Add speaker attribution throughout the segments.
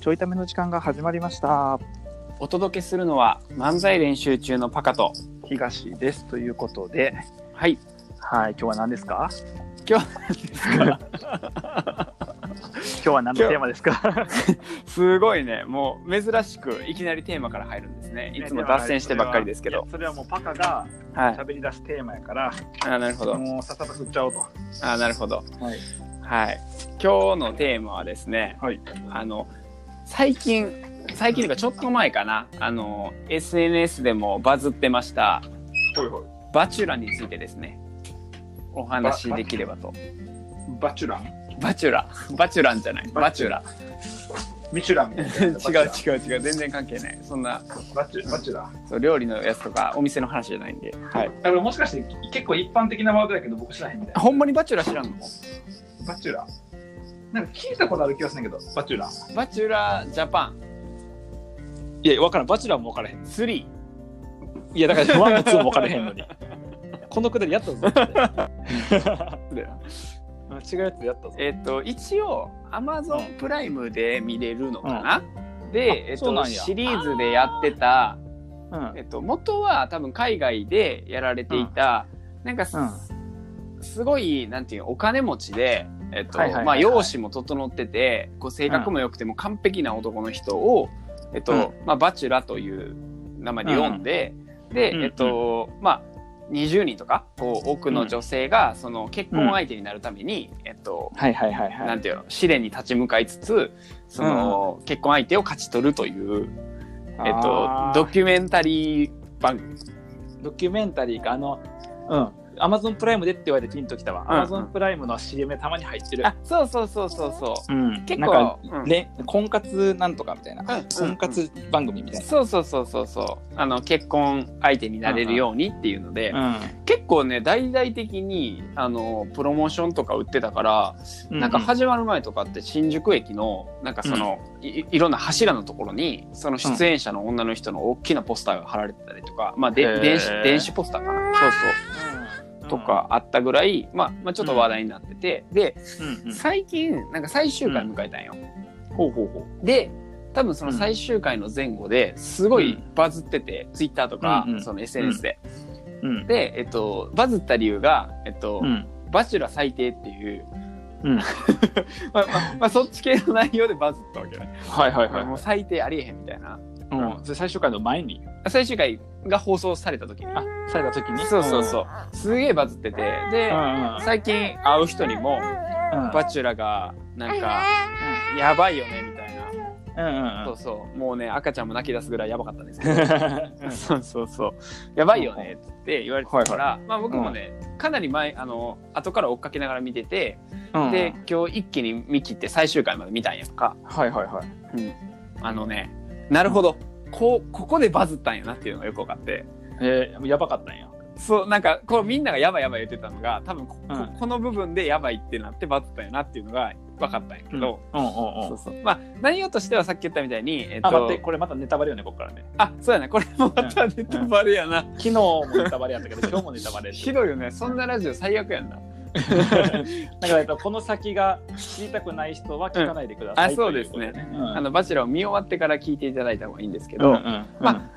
Speaker 1: ちょいための時間が始まりました。
Speaker 2: お届けするのは漫才練習中のパカと。
Speaker 1: 東です。ということで、
Speaker 2: はい。
Speaker 1: はい、今日は何ですか
Speaker 2: 今日
Speaker 1: は今日は何のテーマですか
Speaker 2: すごいね。もう珍しくいきなりテーマから入るんですね。いつも脱線してばっかりですけど。
Speaker 1: それはもうパカが
Speaker 2: はい。
Speaker 1: 喋り出すテーマやから、
Speaker 2: あなるほど。
Speaker 1: もうさっさと振っちゃおうと。
Speaker 2: あなるほど。
Speaker 1: はい。
Speaker 2: はい。今日のテーマはですね、
Speaker 1: はい。
Speaker 2: あの、最近、最近というかちょっと前かな、あの、SNS でもバズってました、
Speaker 1: ほいほい。
Speaker 2: バチュラについてですね、お話しできればと。
Speaker 1: バチュラン
Speaker 2: バチュラ。バチュランじゃない。バチュラ。
Speaker 1: ミシュランみたいな
Speaker 2: 違
Speaker 1: や
Speaker 2: う
Speaker 1: つ。
Speaker 2: 違う違う全然関係ないそんな
Speaker 1: バチュバチュラン。
Speaker 2: そう料理のやつとかお店の話じゃないんではい
Speaker 1: あれもしかして結構一般的なワードやけど僕知らへんみたい
Speaker 2: ほんまにバチュラ知らんの
Speaker 1: な。バチュラン。なんか聞いたことある気がするんだけど、バチュラン。
Speaker 2: バチュラジャパン
Speaker 3: いや、わからん。バチュラーもわからへん。
Speaker 2: 3
Speaker 3: いや、だから、ワンツーもわからへんのに。このくだりやったぞ。間違うやつやったぞ。
Speaker 2: えっ、と一応アマゾンプライムで見れるのかな、で、えっ
Speaker 3: そう
Speaker 2: と、
Speaker 3: なんや
Speaker 2: シリーズでやってた、
Speaker 1: うん
Speaker 2: え。っと、元は多分海外でやられていた、なんかす,、すごいなんていうのお金持ちで、えっと
Speaker 1: はいはいはいはい
Speaker 2: まあ、容姿も整っててこう性格も良くてもう完璧な男の人を、えっと
Speaker 1: うん
Speaker 2: まあ、バチュラという名前で読んで、で、
Speaker 1: うん
Speaker 2: えっとまあ20人とかこう多くの女性がその結婚相手になるために、えっと、
Speaker 1: はいはいはいは
Speaker 2: なんていうの試練に立ち向かいつつその、結婚相手を勝ち取るという、えっと、ドキュメンタリー番組
Speaker 3: ドキュメンタリーか、あの、うん。アマゾンプライムでって言われてピンときたわ。
Speaker 2: うん
Speaker 3: アマゾンプライムの CM たまに入ってる。
Speaker 2: あそうそうそうそうそう
Speaker 1: うん
Speaker 2: 結
Speaker 3: なん
Speaker 2: 構
Speaker 3: か、
Speaker 2: うん
Speaker 3: れん婚活なんとかみたいな。婚活番組みたいな。
Speaker 2: そうそうそうそうそうあの結婚相手になれるようにっていうので、結構ね大々的にあのプロモーションとか売ってたから、
Speaker 1: うん
Speaker 2: なんか始まる前とかって新宿駅のなんかその、いいろんな柱のところにその出演者の女の人の大きなポスターが貼られてたりとか、まあ、で
Speaker 3: へー
Speaker 2: 電子電子ポスターかなそうそうと、かあったぐらい、まあ、まあちょっと話題になってて、で最近なんか最終回迎えたんよ。
Speaker 3: ほうほうほう。
Speaker 2: で多分その最終回の前後ですごいバズってて、ツイッターとか、
Speaker 3: うんうん
Speaker 2: その SNS で、
Speaker 1: うん
Speaker 2: で、えっと、バズった理由が「えっとバチュラ最低」っていう、
Speaker 1: うん
Speaker 2: まあまあまあそっち系の内容でバズったわけね、
Speaker 3: はいはいはい。
Speaker 2: もう最低ありえへんみたいな
Speaker 3: うん。それ最終回の前に、
Speaker 2: 最終回が放送された時に
Speaker 3: あ、された時に。
Speaker 2: そうそうそう、すげえバズっててで、
Speaker 3: うん。うんうん。
Speaker 2: 最近会う人にも
Speaker 3: うん
Speaker 2: 「バチュラがなんか、やばいよね」みたいな
Speaker 3: うんうんうん
Speaker 2: そうそうもうね赤ちゃんも泣き出すぐらいやばかったんですけどそうそうそうやばいよねって言われてたから、まあ、僕もね、かなり前あの後から追っかけながら見てて、
Speaker 3: うんうん
Speaker 2: で、今日一気に見切って最終回まで見たんやんか
Speaker 3: はいはいはい。
Speaker 2: あのねなるほどこうここでバズったんやなっていうのがよく分かって
Speaker 3: えー、やばかったんや。
Speaker 2: そうなんかこうみんながやばいやばい言ってたのが多分こ,こ、
Speaker 3: うん
Speaker 2: この部分でやばいってなってバズったんやなっていうのが分かったんやけど、
Speaker 3: うんうん
Speaker 2: そうそうまあ内容としてはさっき言ったみたいに、えっと、
Speaker 3: あ、待って、これまたネタバレよね、ここからね。
Speaker 2: あそうやなこれもまたネタバレやな、
Speaker 3: 昨日もネタバレやった けど、今日もネタバレやし
Speaker 2: ひどいよね。そんなラジオ最悪やんな。
Speaker 3: だからやっぱこの先が聞きたくない人は聞かないでください、
Speaker 2: うんあそうですね
Speaker 3: ということでうん
Speaker 2: あの、バチェラーを見終わってから聞いていただいた方がいいんですけ
Speaker 3: うん
Speaker 2: ど、
Speaker 3: うんうん
Speaker 2: ま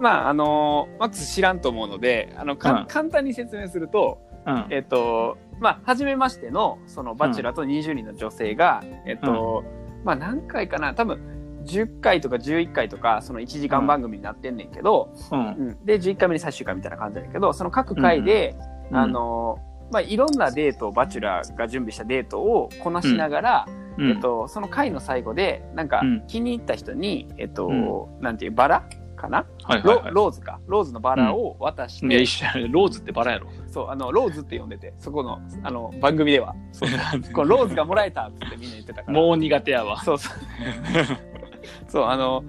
Speaker 2: まあ、あのーマックス知らんと思うので、あの、か
Speaker 3: うん
Speaker 2: 簡単に説明すると、
Speaker 3: うん
Speaker 2: えっと、まあ、初めましての、その、バチェラーと20人の女性が、えっと、まあ、何回かな、多分、10回とか11回とか、その1時間番組になってんねんけど、
Speaker 3: うん
Speaker 2: で、11回目に最終回みたいな感じだけど、その各回で、あのーまあ、いろんなデートを、バチュラーが準備したデートをこなしながら、
Speaker 3: うん
Speaker 2: えっと、その回の最後でなんか
Speaker 3: うん
Speaker 2: 気に入った人に、えっと
Speaker 3: う
Speaker 2: なんていうバラかな、
Speaker 3: はい
Speaker 2: ロ
Speaker 3: はいはい
Speaker 2: ローズかローズのバラを渡して、
Speaker 3: いや一緒やローズってバラやろ
Speaker 2: そうあのローズって呼んでてそこのあの番組では このローズがもらえたっつってみんな言ってたから
Speaker 3: もう苦手やわ
Speaker 2: そうそうそうあの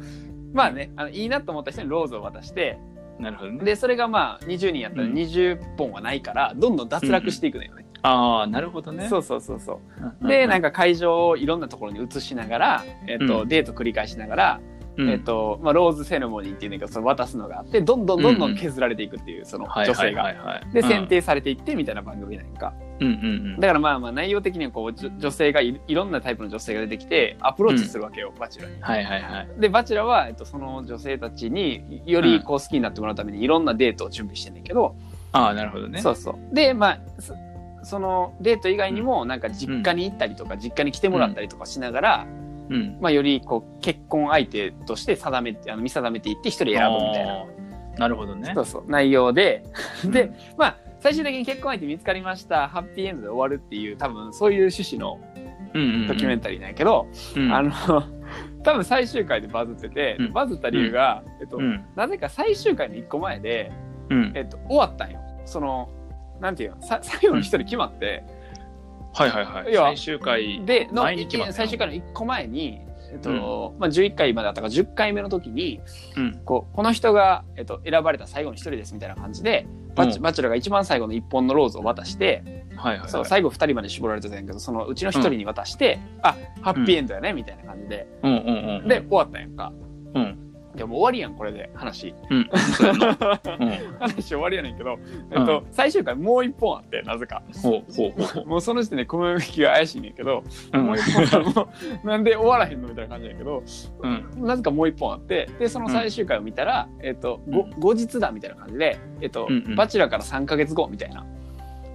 Speaker 2: まあねあのいいなと思った人にローズを渡して
Speaker 3: なるほどね
Speaker 2: でそれがまあ20人やったら
Speaker 3: うん
Speaker 2: 20本はないからどんどん脱落していくのよね、
Speaker 3: ああなるほどね
Speaker 2: そうそうそうそう
Speaker 3: うんうん
Speaker 2: でなんか会場をいろんなところに移しながら、えっと
Speaker 3: う
Speaker 2: デート繰り返しながらえっとまあ、ローズセレモニーっていうのがその渡すのがあってどんどんどんどん削られていくっていうその女性が。で選定されていってみたいな番組なんか、だからまあまあ内容的にはこうじょ女性がいいろんなタイプの女性が出てきてアプローチするわけよ、バチェラに。
Speaker 3: はいはいはい。
Speaker 2: でバチェラは、えっと、その女性たちによりこう好きになってもらうためにいろんなデートを準備してんだけど、
Speaker 3: ああ、なるほどね。
Speaker 2: そうそうでまあそそのデート以外にもなんか実家に行ったりとか、実家に来てもらったりとかしながら、
Speaker 3: うん。
Speaker 2: まあ、よりこう結婚相手として定めてあの見定めていって一人選ぶみたいな
Speaker 3: あー。なるほどね
Speaker 2: そ。うそう内容で
Speaker 3: うん
Speaker 2: で、まあ最終的に結婚相手見つかりましたハッピーエンドで終わるっていう多分そういう趣旨のドキュメンタリーなんやけど、
Speaker 3: うんうんうん
Speaker 2: あの 多分最終回でバズってて、
Speaker 3: うん
Speaker 2: バズった理由が、えっと
Speaker 3: うん
Speaker 2: なぜか最終回の一個前で、
Speaker 3: うん
Speaker 2: えっと、終わったんよそのなんていうのさ 最後の一人決まって、
Speaker 3: はいはいはいい。
Speaker 2: や
Speaker 3: 最終回。
Speaker 2: での
Speaker 3: 前に決まったの
Speaker 2: 最終回の一個前に、えっとまあ、11回まであったから10回目の時に
Speaker 3: うん
Speaker 2: こうこの人が、えっと、選ばれた最後の一人ですみたいな感じでバチ,、
Speaker 3: うん
Speaker 2: バチェラが一番最後の一本のローズを渡して、
Speaker 3: はいはいはい。
Speaker 2: そう最後2人まで絞られてたんやけどそのうちの一人に渡して、あハッピーエンドやね、みたいな感じで
Speaker 3: うんうんうんうん。
Speaker 2: で、終わったんやんか
Speaker 3: うん。
Speaker 2: でもう終わりやんこれで話
Speaker 3: うん。そうやなうん。
Speaker 2: 話終わりやねんけど、えっと、最終回もう一本あってなぜか
Speaker 3: ほうほうほうほう。
Speaker 2: もうその時点で雲行きが怪しいねんけど、
Speaker 3: うん
Speaker 2: もう一本あるもうなんで終わらへんのみたいな感じやけど
Speaker 3: うん。
Speaker 2: なぜかもう一本あってでその最終回を見たら、えっと、ご
Speaker 3: うん
Speaker 2: 後日だみたいな感じで、えっと
Speaker 3: うんうん
Speaker 2: バチェラから3か月後みたいな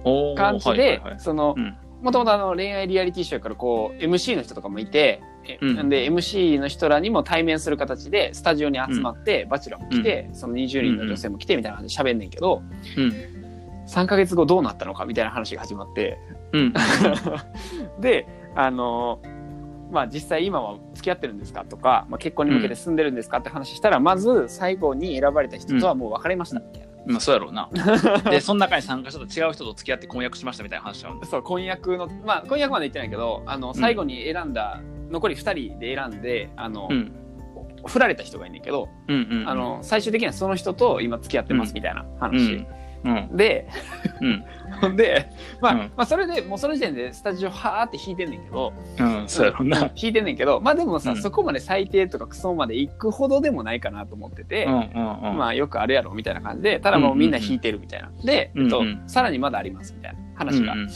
Speaker 3: おー
Speaker 2: 感じ
Speaker 3: はいはい
Speaker 2: で
Speaker 3: はい
Speaker 2: その
Speaker 3: うん
Speaker 2: もともとあの恋愛リアリティショーやからこう MC の人とかもいて、え
Speaker 3: うん
Speaker 2: なんで MC の人らにも対面する形でスタジオに集まって、バチェラも来て、その20人の女性も来てみたいな感じで喋んねんけど、
Speaker 3: うん
Speaker 2: 3か月後どうなったのかみたいな話が始まって。
Speaker 3: うん。
Speaker 2: であのまあ実際今は付き合ってるんですかとか、まあ、結婚に向けて進んでるんですかって話したら、まず最後に選ばれた人とはもう別れましたみたいな、
Speaker 3: まあそうやろうな。 で、その中に参加したと違う人と付き合って婚約しましたみたいな話しちゃうんです。
Speaker 2: そう婚約のまあ婚約まで言ってないけどあの最後に選んだ、残り2人で選んであの、
Speaker 3: ん。
Speaker 2: 振られた人がいんねんけど、
Speaker 3: うんうん。
Speaker 2: あ、の最終的にはその人と今付き合ってますみたいな
Speaker 3: う
Speaker 2: 話、
Speaker 3: ん。うん。
Speaker 2: で
Speaker 3: うん。
Speaker 2: ほんで、まあ
Speaker 3: うん
Speaker 2: まあそれでもうその時点でスタジオはーって弾いてんねんけど、
Speaker 3: うん。そうやろうな。
Speaker 2: 聞いてんねんけどまあでもさ、
Speaker 3: うん
Speaker 2: そこまで最低とかクソまで行くほどでもないかなと思ってて、
Speaker 3: うんうんうん。
Speaker 2: まあよくあるやろみたいな感じでただもうみんな引いてるみたいな、で、えっと
Speaker 3: うんうん
Speaker 2: さらにまだありますみたいな話が、
Speaker 3: うんうん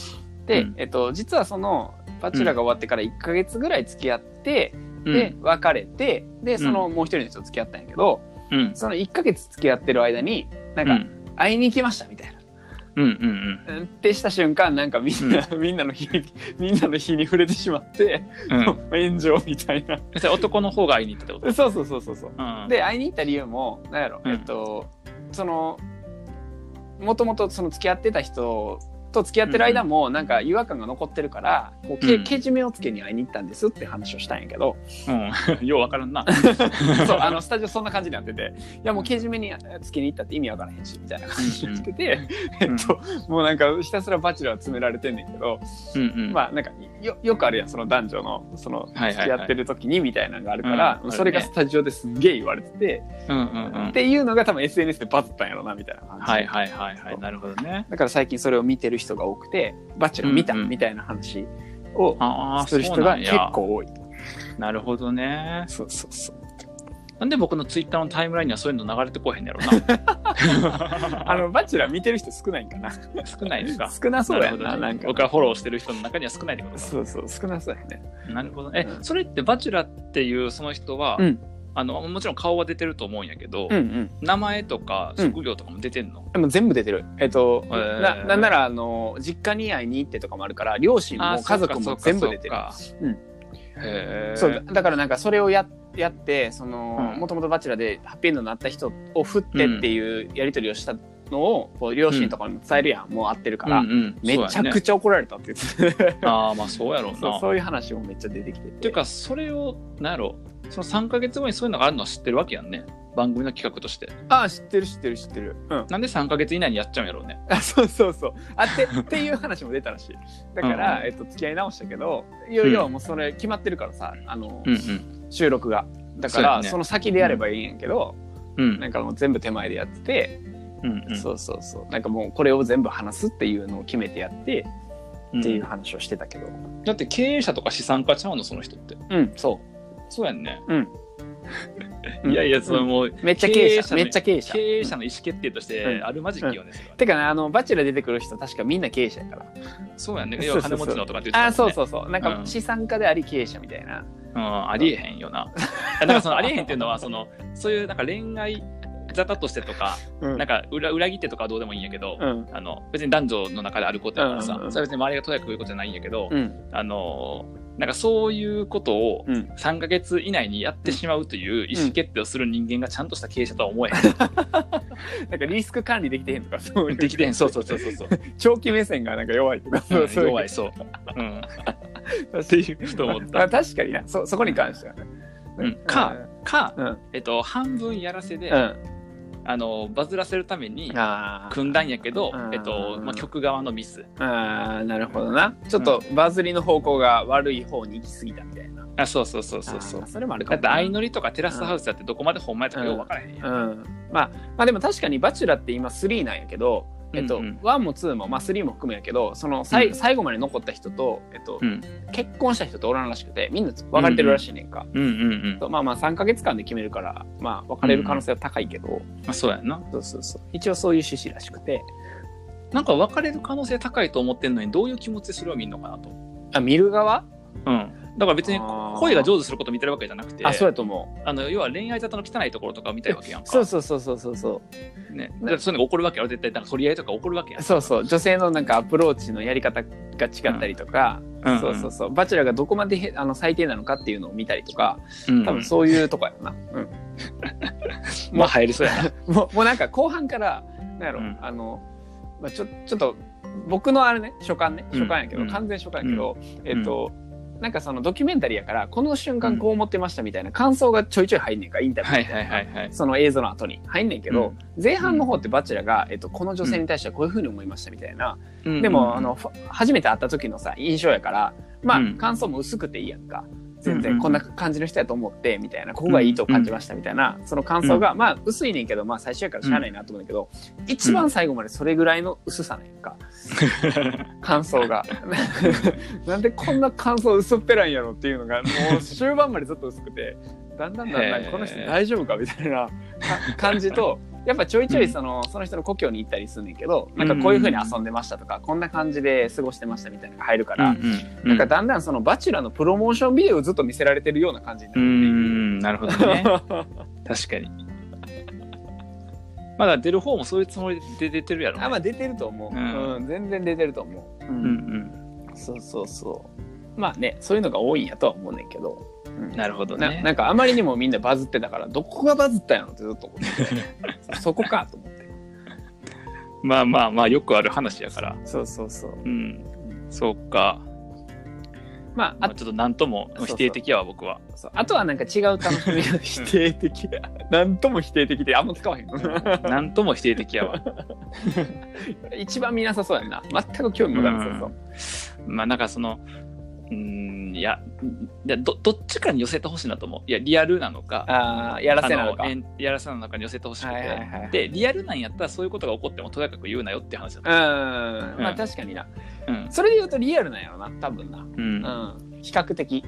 Speaker 2: で
Speaker 3: うん、
Speaker 2: えっと、実はその「バチェラ」が終わってから1か月ぐらい付き合って、
Speaker 3: うん
Speaker 2: で別れてでそのもう一人の人と付き合ったんやけど、
Speaker 3: うん
Speaker 2: その1か月付き合ってる間になん
Speaker 3: う
Speaker 2: か
Speaker 3: ん
Speaker 2: 会いに行きましたみたいな。
Speaker 3: うんうん
Speaker 2: うんってした瞬間なんかみんな、みんなの日みんなの日に触れてしまって、
Speaker 3: うんうん
Speaker 2: 炎上みたいな
Speaker 3: それ男の方が会いに行ったってこ
Speaker 2: そうそうそうそうそう
Speaker 3: とうん
Speaker 2: で会いに行った理由もなんやろ、
Speaker 3: うん
Speaker 2: えっとそのもともとその付き合ってた人と付き合ってる間もなんか違和感が残ってるから、こうけ
Speaker 3: うん
Speaker 2: けじめをつけに会いに行ったんですって話をしたんやけ ど、
Speaker 3: うん ようわから んな
Speaker 2: そうあのスタジオそんな感じになってていやもうけじめにつけに行ったって意味わからへんしみたいな感じになってて、
Speaker 3: うん
Speaker 2: えっともうなんかひたすらバチェラー詰められてんねんけど、
Speaker 3: うんうん
Speaker 2: まあなんかよよくあるやんその男女のその
Speaker 3: はいはいはい
Speaker 2: 付き合ってる時にみたいなのがあるから、
Speaker 3: うん
Speaker 2: それがスタジオですんげえ言われてて。
Speaker 3: うんうんうん
Speaker 2: っていうのが多分 SNS でバズったんやろなみたいな感じ、
Speaker 3: はいはいはいはいなるほどね
Speaker 2: だから最近それを見てる人が多くて「バチェラー見た」
Speaker 3: うんうん
Speaker 2: みたいな話を
Speaker 3: ああ
Speaker 2: す
Speaker 3: そう
Speaker 2: る人が
Speaker 3: なん
Speaker 2: 結
Speaker 3: や
Speaker 2: 構多い
Speaker 3: なるほどね
Speaker 2: そうそうそう
Speaker 3: なんで僕のツイッターのタイムラインにはそういうの流れてこへんやろ
Speaker 2: あのバチェラー見てる人少ないんかな
Speaker 3: な 少ないですか
Speaker 2: 少なそうや
Speaker 3: るほ
Speaker 2: な
Speaker 3: どね
Speaker 2: なんか
Speaker 3: 僕がフォローしてる人の中には少ないってこと
Speaker 2: そうそう少なそうやね
Speaker 3: だなるほどね
Speaker 2: う
Speaker 3: えそれってバチュラっていうその人は
Speaker 2: うん
Speaker 3: あのもちろん顔は出てると思うんやけど
Speaker 2: うんうん
Speaker 3: 名前とか職業とかも出てんの
Speaker 2: でも全部出てるえっと、
Speaker 3: へー
Speaker 2: ななんならあの実家に会いに行ってとかもあるから両親
Speaker 3: あー
Speaker 2: も家族も全部出てる
Speaker 3: そう
Speaker 2: う
Speaker 3: か
Speaker 2: ん
Speaker 3: へえ
Speaker 2: そうだだからなんかそれをややってその
Speaker 3: うん
Speaker 2: もともと「バチェラー」でハッピーエンドになった人を振ってっていうやり取りをしたのをこう両親とかにも伝えるやん、もう会ってるから、
Speaker 3: うんうん
Speaker 2: めちゃく
Speaker 3: ち
Speaker 2: ちゃ怒られたって言って
Speaker 3: ゃ、ああまあそうやろうな
Speaker 2: そうそういう話もめっちゃ出てきてて
Speaker 3: っていうかそれをなんやろその3か月後にそういうのがあるのは知ってるわけやんね番組の企画として
Speaker 2: ああ知ってる知ってる知ってるうん
Speaker 3: なんで3か月以内にやっちゃうんやろうね
Speaker 2: あそうそうそうあってっていう話も出たらしいだから、
Speaker 3: うん
Speaker 2: えっと、付き合い直したけどいよいよもうそれ決まってるからさあの、
Speaker 3: うんうん
Speaker 2: 収録がだか
Speaker 3: そう
Speaker 2: ら
Speaker 3: や
Speaker 2: そ,、
Speaker 3: ね
Speaker 2: の先でやればいいんやけど、
Speaker 3: うん
Speaker 2: なんかもう全部手前でやってて、
Speaker 3: うんうん
Speaker 2: そうそうそうなんかもうこれを全部話すっていうのを決めてやって
Speaker 3: うん
Speaker 2: っていう話をしてたけどうん、
Speaker 3: だって経営者とか資産家ちゃうのその人って
Speaker 2: そ
Speaker 3: そうやんね
Speaker 2: うん
Speaker 3: いやいや、それもう、
Speaker 2: めっちゃ経営者、
Speaker 3: の
Speaker 2: めっちゃ経営者。
Speaker 3: 経営者の意思決定として
Speaker 2: うん
Speaker 3: あるまじきよね、それはね
Speaker 2: てかね、あの、バチェラー出てくる人、確かみんな経営者やから。
Speaker 3: そうやんね。
Speaker 2: そう
Speaker 3: 要
Speaker 2: そう
Speaker 3: は
Speaker 2: そう
Speaker 3: 金持ちのとかって言ってたもんね
Speaker 2: あ、そうそうそう。なん
Speaker 3: う
Speaker 2: か、
Speaker 3: ん
Speaker 2: 資産家であり経営者みたいな。
Speaker 3: うん、ありえへんよ な。だからそのありえへんっていうのはそのそういうなんか恋愛沙汰としてとか、
Speaker 2: うん
Speaker 3: なんか裏裏切ってとかはどうでもいいんやけど、
Speaker 2: うん。
Speaker 3: あの別に男女の中であることやからさ、
Speaker 2: うんうんうん
Speaker 3: それは別に周りがとやかく言うことじゃないんやけど、
Speaker 2: うん。
Speaker 3: あのなんかそういうことを
Speaker 2: うん。
Speaker 3: 3ヶ月以内にやってしまうという意思決定をする人間がちゃんとした経営者とは思えへん、
Speaker 2: なんか、リスク管理できてへんとか、そういう。
Speaker 3: できてへんそうそうそうそうそう、
Speaker 2: 長期目線がなんか弱いとか、そううそうんう
Speaker 3: 弱いそう、うん、っていうふと思った
Speaker 2: あ確かにな、そ、そこに関してはね。
Speaker 3: うんかか、
Speaker 2: うん
Speaker 3: えっと、半分やらせで、
Speaker 2: うん。
Speaker 3: あのバズらせるために
Speaker 2: ああ。
Speaker 3: 組んだんやけど
Speaker 2: あー、
Speaker 3: えっとまあ、曲側のミス
Speaker 2: ああ、なるほどな。ちょっと、バズりの方向が悪い方に行き過ぎたみたいな。
Speaker 3: あそうそうそうそうそう
Speaker 2: あーそれもあるか
Speaker 3: だっ
Speaker 2: もな。
Speaker 3: て相乗りとかテラスハウスだってどこまでほんまやとかよう分からへんやん、
Speaker 2: うんまあ、まあでも確かに「バチュラ」って今3なんやけど、えっと
Speaker 3: うんうん
Speaker 2: 1も2も、まあ、3も含むんやけどそのさい、
Speaker 3: うん
Speaker 2: 最後まで残った人と、えっと
Speaker 3: うん
Speaker 2: 結婚した人とおらんらしくてみんな別れてるらしいねんか、
Speaker 3: うんうんうんま
Speaker 2: とまあまあ3か月間で決めるから、まあ、別れる可能性は高いけど、
Speaker 3: あ、そうやんな
Speaker 2: そうそうそう一応そういう趣旨らしくて
Speaker 3: なんか別れる可能性高いと思ってんのにどういう気持ちでそれを見るのかなと、
Speaker 2: あ見る側
Speaker 3: うん、だから別に
Speaker 2: あー
Speaker 3: 恋が上手することを見てるわけじゃなくて
Speaker 2: あそうやと思う
Speaker 3: あの要は恋愛沙汰の汚いところとかを見たいわけやんか
Speaker 2: そうそうそうそうそうそう
Speaker 3: ね、だからそういうのが起こるわけやろ絶対なんか取り合いとか起こるわけやん
Speaker 2: そうそう女性のなんかアプローチのやり方が違ったりとか、
Speaker 3: うんうん
Speaker 2: そうそうそう「バチュラ」がどこまでへあの最低なのかっていうのを見たりとか、
Speaker 3: うん
Speaker 2: 多分そういうとこやろな、う
Speaker 3: まあ入りそうやな
Speaker 2: ん、もうもうなんか後半からなんやろ、
Speaker 3: うん
Speaker 2: あの、まあ、ちょちょっと僕のあれね所感ね
Speaker 3: うん
Speaker 2: 所感やけど、
Speaker 3: うん
Speaker 2: 完全所感やけど、えっ、と、なんかそのドキュメンタリーやからこの瞬間こう思ってましたみたいな感想がちょいちょい入んねんかインタビュー
Speaker 3: はいはいはいはい
Speaker 2: その映像の後に入んねんけど、前半の方ってバチェラが、えっと、この女性に対してはこういうふうに思いましたみたいな、でもあのふ初めて会った時のさ印象やからまあ、
Speaker 3: うん
Speaker 2: 感想も薄くていいやんか
Speaker 3: うん
Speaker 2: 全
Speaker 3: うんう
Speaker 2: 然
Speaker 3: ん
Speaker 2: こんな感じの人やと思ってみたいなここがいいと感じましたみたいな、その感想が、まあ薄いねんけどまあ最初やからしゃあないなと思うんだけど、一番最後までそれぐらいの薄さなんやんか感想が なんでこんな感想薄っぺらいんやろっていうのがもう終盤までずっと薄くてだんだんだんだ
Speaker 3: へ
Speaker 2: ん
Speaker 3: ー
Speaker 2: この人大丈夫かみたいな か感じとやっぱちょいちょいその,、その人の故郷に行ったりするんだけどなんかこういうふうに遊んでましたとか、こんな感じで過ごしてましたみたいなのが入るから、なんかだんだんその「バチュラ」のプロモーションビデオをずっと見せられてるような感じに
Speaker 3: うー
Speaker 2: な
Speaker 3: んなる
Speaker 2: る
Speaker 3: ほど
Speaker 2: ってい
Speaker 3: ね
Speaker 2: う。
Speaker 3: 確かに。まだ出る方もそういうつもりで出てるやろ、ね。
Speaker 2: あまあ出てると思う、
Speaker 3: うん
Speaker 2: うん全然出てると思う、う
Speaker 3: うんうん。
Speaker 2: そうそうそうまあねそういうのが多いんやとは思うねんけど、うん
Speaker 3: なるほど
Speaker 2: な
Speaker 3: ね。
Speaker 2: なんかあまりにもみんなバズってたからどこがバズったんやろってずっと 思ってそこかと思って
Speaker 3: まあまあまあよくある話やから。
Speaker 2: そうそうそう
Speaker 3: うん。そうか。
Speaker 2: まあ
Speaker 3: ま
Speaker 2: あ
Speaker 3: あ、ちょっと何とも
Speaker 2: そうそう
Speaker 3: 否定的やわ僕 は。
Speaker 2: そうあとはなんか違う楽しみが否定的 なんとも否定的であんま使わへん
Speaker 3: 何とも否定的やわ。
Speaker 2: 一番見なさそうやんな全く興味もなさそう、
Speaker 3: まあなんかその。うーんいやいやどどっちかに寄せてほしいなと思う。いやリアルなのか。
Speaker 2: ああやらせなのか
Speaker 3: あエンやらせなのかに寄せてほしくて、
Speaker 2: はいはいはい
Speaker 3: でリアルなんやったらそういうことが起こってもとやかく言うなよって話だっ
Speaker 2: う
Speaker 3: た、
Speaker 2: ん、ま
Speaker 3: う
Speaker 2: あ
Speaker 3: ん
Speaker 2: 確かにな
Speaker 3: うん
Speaker 2: それで言うとリアルなんやろな多分な
Speaker 3: うん、い
Speaker 2: うん比較 的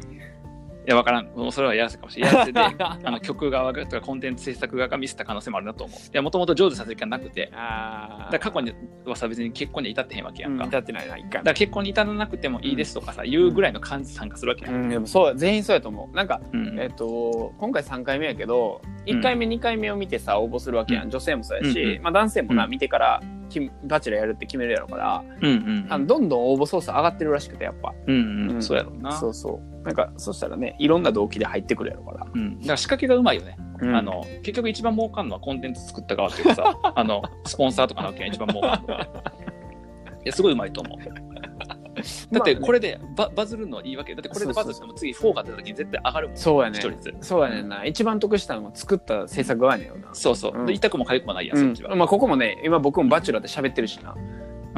Speaker 3: やわからんもうそれはやらせかもしれないや らせであの曲側がとかコンテンツ制作側がミスった可能性もあるなと思う。いやもともと成就させる気はなくて、
Speaker 2: あ
Speaker 3: だから過去にはさ別に結婚には至ってへんわけやんか。
Speaker 2: に
Speaker 3: だ
Speaker 2: だってないな一回
Speaker 3: から結婚に至らなくてもいいですとかさ、言うぐらいの感じで参加するわけや。
Speaker 2: うんんでもそうや全員そうやと思うなんか
Speaker 3: うん
Speaker 2: えっと、今回3回目やけど1回目2回目を見てさ応募するわけやん、女性もそうやし、
Speaker 3: うんうん
Speaker 2: まあ、男性もな、
Speaker 3: うん
Speaker 2: 見てからき「バチェラーやる」って決めるやろから、
Speaker 3: うんうん
Speaker 2: あのどんどん応募総数上がってるらしくてやっぱ
Speaker 3: うんう
Speaker 2: うんん
Speaker 3: そうやろうな。
Speaker 2: そうそうなんかそしたらねいろんな動機で入ってくるやろか
Speaker 3: うん、だから仕掛けがうまいよね、
Speaker 2: ら、
Speaker 3: あの結局一番儲かんのはコンテンツ作った側っていうか さあのスポンサーとかなわけやん一番儲か んのはいやすごいうまいと思うだってこ
Speaker 2: れ
Speaker 3: れでバ,、バズるのはいいわけだってこれでバズっても次フォーが出た時に絶対上がるもん
Speaker 2: そうやね
Speaker 3: 視聴率
Speaker 2: そうやねんな一番得したのは作った制作側やねんよな
Speaker 3: そうそう、
Speaker 2: うん
Speaker 3: で痛くも痒くもないやん、
Speaker 2: う
Speaker 3: そっ
Speaker 2: ん
Speaker 3: ちは、
Speaker 2: まあ、ここもね今僕も「バチェラー」で喋ってるしな、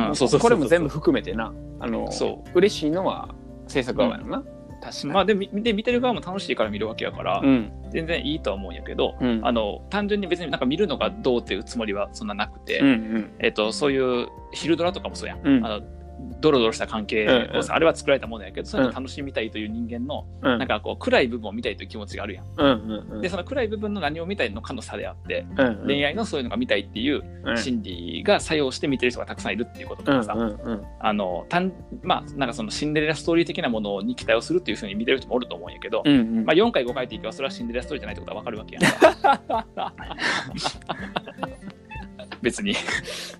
Speaker 3: うん、そうそうそうそう
Speaker 2: これも全部含めてなあの
Speaker 3: そ
Speaker 2: 嬉しいのは制作側やろな、確かに
Speaker 3: まあでみで見てる側も楽しいから見るわけやから、
Speaker 2: うん
Speaker 3: 全然いいとは思うんやけど、
Speaker 2: うん
Speaker 3: あの単純に別になんか見るのがどうっていうつもりはそんななくて、
Speaker 2: うんうん
Speaker 3: えっとそういう昼ドラとかもそうやん、
Speaker 2: うん
Speaker 3: あのドロドロした関係
Speaker 2: うんう
Speaker 3: を
Speaker 2: ん
Speaker 3: さ、あれは作られたものやけど、そういうのを楽しみたいという人間の、
Speaker 2: うん
Speaker 3: なんかこう、暗い部分を見たいという気持ちがあるやん。
Speaker 2: うんうんうん
Speaker 3: で、その暗い部分の何を見たいのかの差であって、
Speaker 2: うん
Speaker 3: 恋愛のそういうのが見たいっていう
Speaker 2: うん
Speaker 3: 心理が作用して見てる人がたくさんいるっていうこと
Speaker 2: う
Speaker 3: か
Speaker 2: ん
Speaker 3: らさ、
Speaker 2: うんうん
Speaker 3: あの、単まあ、なんかそのシンデレラストーリー的なものに期待をするっていうふうに見てる人もおると思うんやけど、
Speaker 2: うんうん
Speaker 3: まあ、4回5回っていけばそれはシンデレラストーリーじゃないってことはわかるわけやん 別に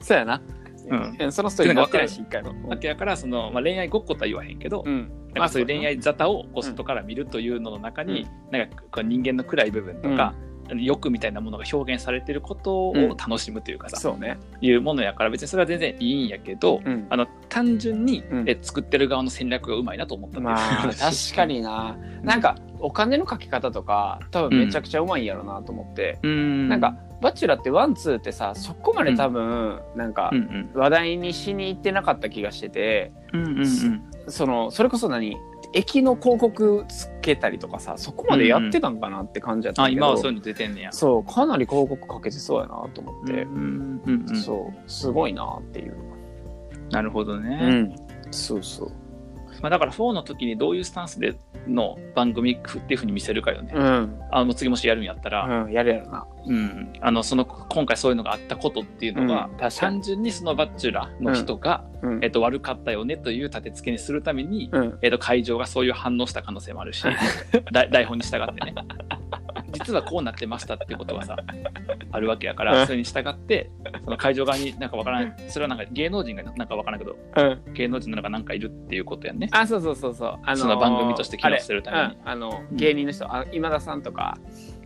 Speaker 2: そうやな
Speaker 3: うん
Speaker 2: うんそのストーリー
Speaker 3: なん
Speaker 2: 分
Speaker 3: か
Speaker 2: ってないし一回も
Speaker 3: わけやからその、まあ、恋愛ごっことは言わへんけど、
Speaker 2: うん
Speaker 3: まあ、そういう恋愛沙汰をこう外から見るというのの中に、なんかこう人間の暗い部分とか、欲みたいなものが表現されてることを楽しむというかさ、
Speaker 2: そうね
Speaker 3: いうものやから別にそれは全然いいんやけど、
Speaker 2: うん
Speaker 3: あの単純に、
Speaker 2: うん
Speaker 3: え作ってる側の戦略がうまいなと思ったっていう
Speaker 2: ま あ確かにななんかお金のかけ方とか多分めちゃくちゃうまいんやろなと思って、
Speaker 3: うん
Speaker 2: なんか「バチュラ」ってワンツーってさそこまで多分なんか
Speaker 3: うんうん
Speaker 2: 話題にしに行ってなかった気がしてて
Speaker 3: うんうんうん
Speaker 2: そのそれこそ何駅の広告つけたりとかさそこまでやってたんかなって感じやった
Speaker 3: あ
Speaker 2: んだけど、
Speaker 3: 今はそういうの出てんねや
Speaker 2: そうかなり広告かけてそうやなと思って、
Speaker 3: うんうんうん、
Speaker 2: そうすごいなっていう、
Speaker 3: なるほどね、
Speaker 2: うん、そうそう
Speaker 3: まあ、だから4の時にどういうスタンスでの番組っていうふうに見せるかよね、
Speaker 2: うん、
Speaker 3: あの次もしやるんやったら、
Speaker 2: うん、やるやろな
Speaker 3: うんあのその今回そういうのがあったことっていうのが、
Speaker 2: うん確かに
Speaker 3: 単純にそのバッチュラーの人が、
Speaker 2: うん
Speaker 3: えっと、悪かったよねという立て付けにするために、
Speaker 2: うん
Speaker 3: えっと、会場がそういう反応した可能性もあるしだ 台本に従ってね実はこうなってましたっていうことがさあるわけやか
Speaker 2: う
Speaker 3: ら
Speaker 2: ん
Speaker 3: それに従ってその会場側になんかわからんそれはなんか芸能人がなんかわからんけど
Speaker 2: うん
Speaker 3: 芸能人なのがなんかいるっていうことやんね。
Speaker 2: あそうそうそうそうあのー
Speaker 3: その番組として機能するために
Speaker 2: あれうんあの芸人の人、あ今田さんとか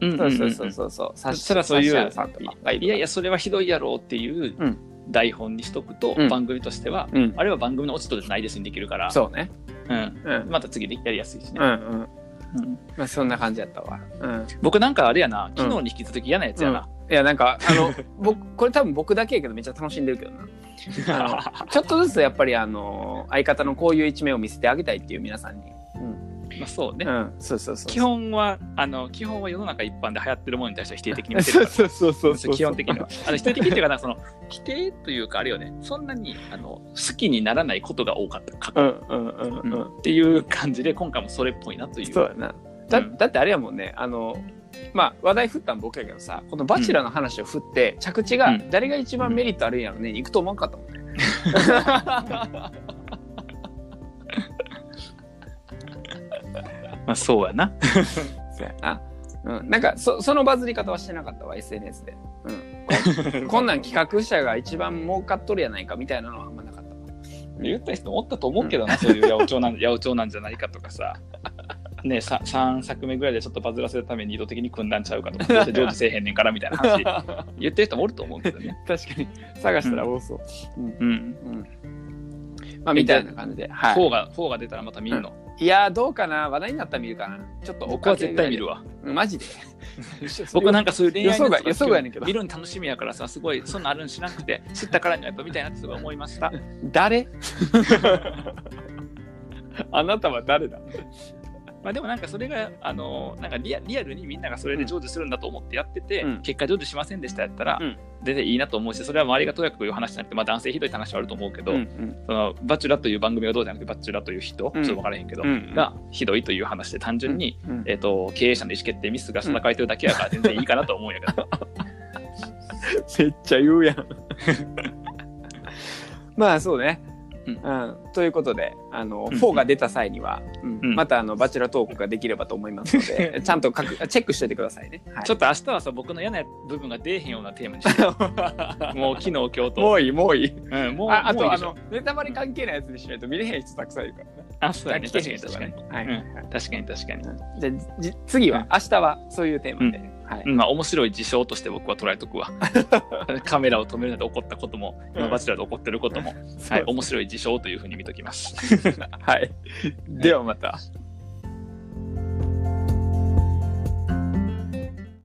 Speaker 3: うん
Speaker 2: そうそうそうそうそう
Speaker 3: そ
Speaker 2: さ
Speaker 3: したらそういう
Speaker 2: 指原さんとかがいる
Speaker 3: いやいやそれはひどいやろうっていう
Speaker 2: う
Speaker 3: 台本にしとくと、
Speaker 2: うん
Speaker 3: 番組としては、
Speaker 2: うん
Speaker 3: あれは番組の落ち度じゃないですにできるから
Speaker 2: そうね
Speaker 3: うん、
Speaker 2: うん
Speaker 3: また次でやりやすいしね、
Speaker 2: うんうん
Speaker 3: うん
Speaker 2: まあそんな感じやったわうん
Speaker 3: 僕なんかあれやな昨日に引き続き嫌なやつやな、
Speaker 2: いやなんかあ の僕これ多分僕だけやけどめっちゃ楽しんでるけどなあのちょっとずつやっぱりあの相方のこういう一面を見せてあげたいっていう皆さんに、
Speaker 3: まあ、そうね、
Speaker 2: うんそうそうそう
Speaker 3: 基本はあの基本は世の中一般で流行ってるものに対しては否定的に見てるか
Speaker 2: そう
Speaker 3: ら
Speaker 2: そうそうそうそう
Speaker 3: 基本的にはあの否定的っていうかなんかその否定というかあれよねそんなにあの好きにならないことが多かったか
Speaker 2: うんうんうんうん、
Speaker 3: うんっていう感じで今回もそれっぽいなという
Speaker 2: そうやなだ
Speaker 3: うん
Speaker 2: だってあれやもんねあのまあ話題振ったん僕やけどさこの「バチェラー」の話を振って、着地
Speaker 3: う
Speaker 2: が
Speaker 3: ん
Speaker 2: 誰が一番メリットあるんやろね、行くと思わんかったもんね
Speaker 3: まあそうや な
Speaker 2: そうやな、うん、なんかそそのバズり方はしてなかったわ SNS で、うんこ、こんなん企画者が一番儲かっとるやないかみたいなのはあんまなかったわ
Speaker 3: 言った人もおったと思うけどな、そういう八百長なん八百長なんじゃないかとかさ。ね、さ3作目ぐらいでちょっとバズらせるために意図的に組んだんちゃうかとかどう せ成就せえへんねんからみたいな話 言ってる人もおると思うけどね。
Speaker 2: 確かに探したら多そう、
Speaker 3: うん。
Speaker 2: うんまあみたいな感じで、は
Speaker 3: 4が4が出たらまた見るの。
Speaker 2: い、いやーどうかな話題になったら見るかなちょっとお
Speaker 3: 僕
Speaker 2: か
Speaker 3: は
Speaker 2: げ
Speaker 3: 絶
Speaker 2: ぐら
Speaker 3: 対
Speaker 2: い
Speaker 3: 見
Speaker 2: で
Speaker 3: るわ。
Speaker 2: うんマ ジで
Speaker 3: 僕なんかそういう恋愛のやつ
Speaker 2: 予想外予想外やねんけど
Speaker 3: 見るの楽しみやからさ、すごいそんなんあるん知らなくて、知ったからにはやっぱみたいなってすごい思いました。
Speaker 2: 誰あなたは誰だ
Speaker 3: まあでもなんかそれが、あのなんかリアリアルにみんながそれで成就するんだと思ってやってて、
Speaker 2: うん
Speaker 3: 結果成就しませんでしたやったら、
Speaker 2: うん
Speaker 3: 全然いいなと思うしそれは周りがとやかく言う話じゃなくて、まあ、男性ひどい話はあると思うけど、
Speaker 2: うん
Speaker 3: そのバチュラという番組がどうじゃなくてバチュラという人、
Speaker 2: うん
Speaker 3: ちょっと分からへんけど、
Speaker 2: うん
Speaker 3: がひどいという話で単純に、
Speaker 2: うん
Speaker 3: えっと経営者の意思決定ミスが下書いてるだけやから全然いいかなと思うんやけど
Speaker 2: めっちゃ言うやん まあそうね、
Speaker 3: う
Speaker 2: うんんということであの、
Speaker 3: うん
Speaker 2: 4が出た際には、うん
Speaker 3: うん
Speaker 2: またあのバチェラートークができればと思いますの でちゃんと確チェックしておいてくださいね、はい
Speaker 3: ちょっと明日はさ僕の嫌な部分が出えへんようなテーマにして もう昨日今日と、
Speaker 2: もういいもういい
Speaker 3: うん、もう
Speaker 2: ああ
Speaker 3: もう
Speaker 2: と
Speaker 3: い
Speaker 2: あ
Speaker 3: いでしょ
Speaker 2: のネタバレ関係ないやつにしないと見れへん人たくさんいるからね
Speaker 3: あそうだね
Speaker 2: 聞
Speaker 3: 確
Speaker 2: け
Speaker 3: か
Speaker 2: へん
Speaker 3: に
Speaker 2: 人
Speaker 3: 確
Speaker 2: が
Speaker 3: かに
Speaker 2: ね、はい
Speaker 3: 確かに確かに、
Speaker 2: じゃあじ次は明日はそういうテーマで、はい
Speaker 3: うんまあ面白い事象として僕は捉えとくわカメラを止めるなど起こったことも今バチェラーで起こって ることも、はい、面白い事象というふうに見ときます
Speaker 2: はい。ではまた。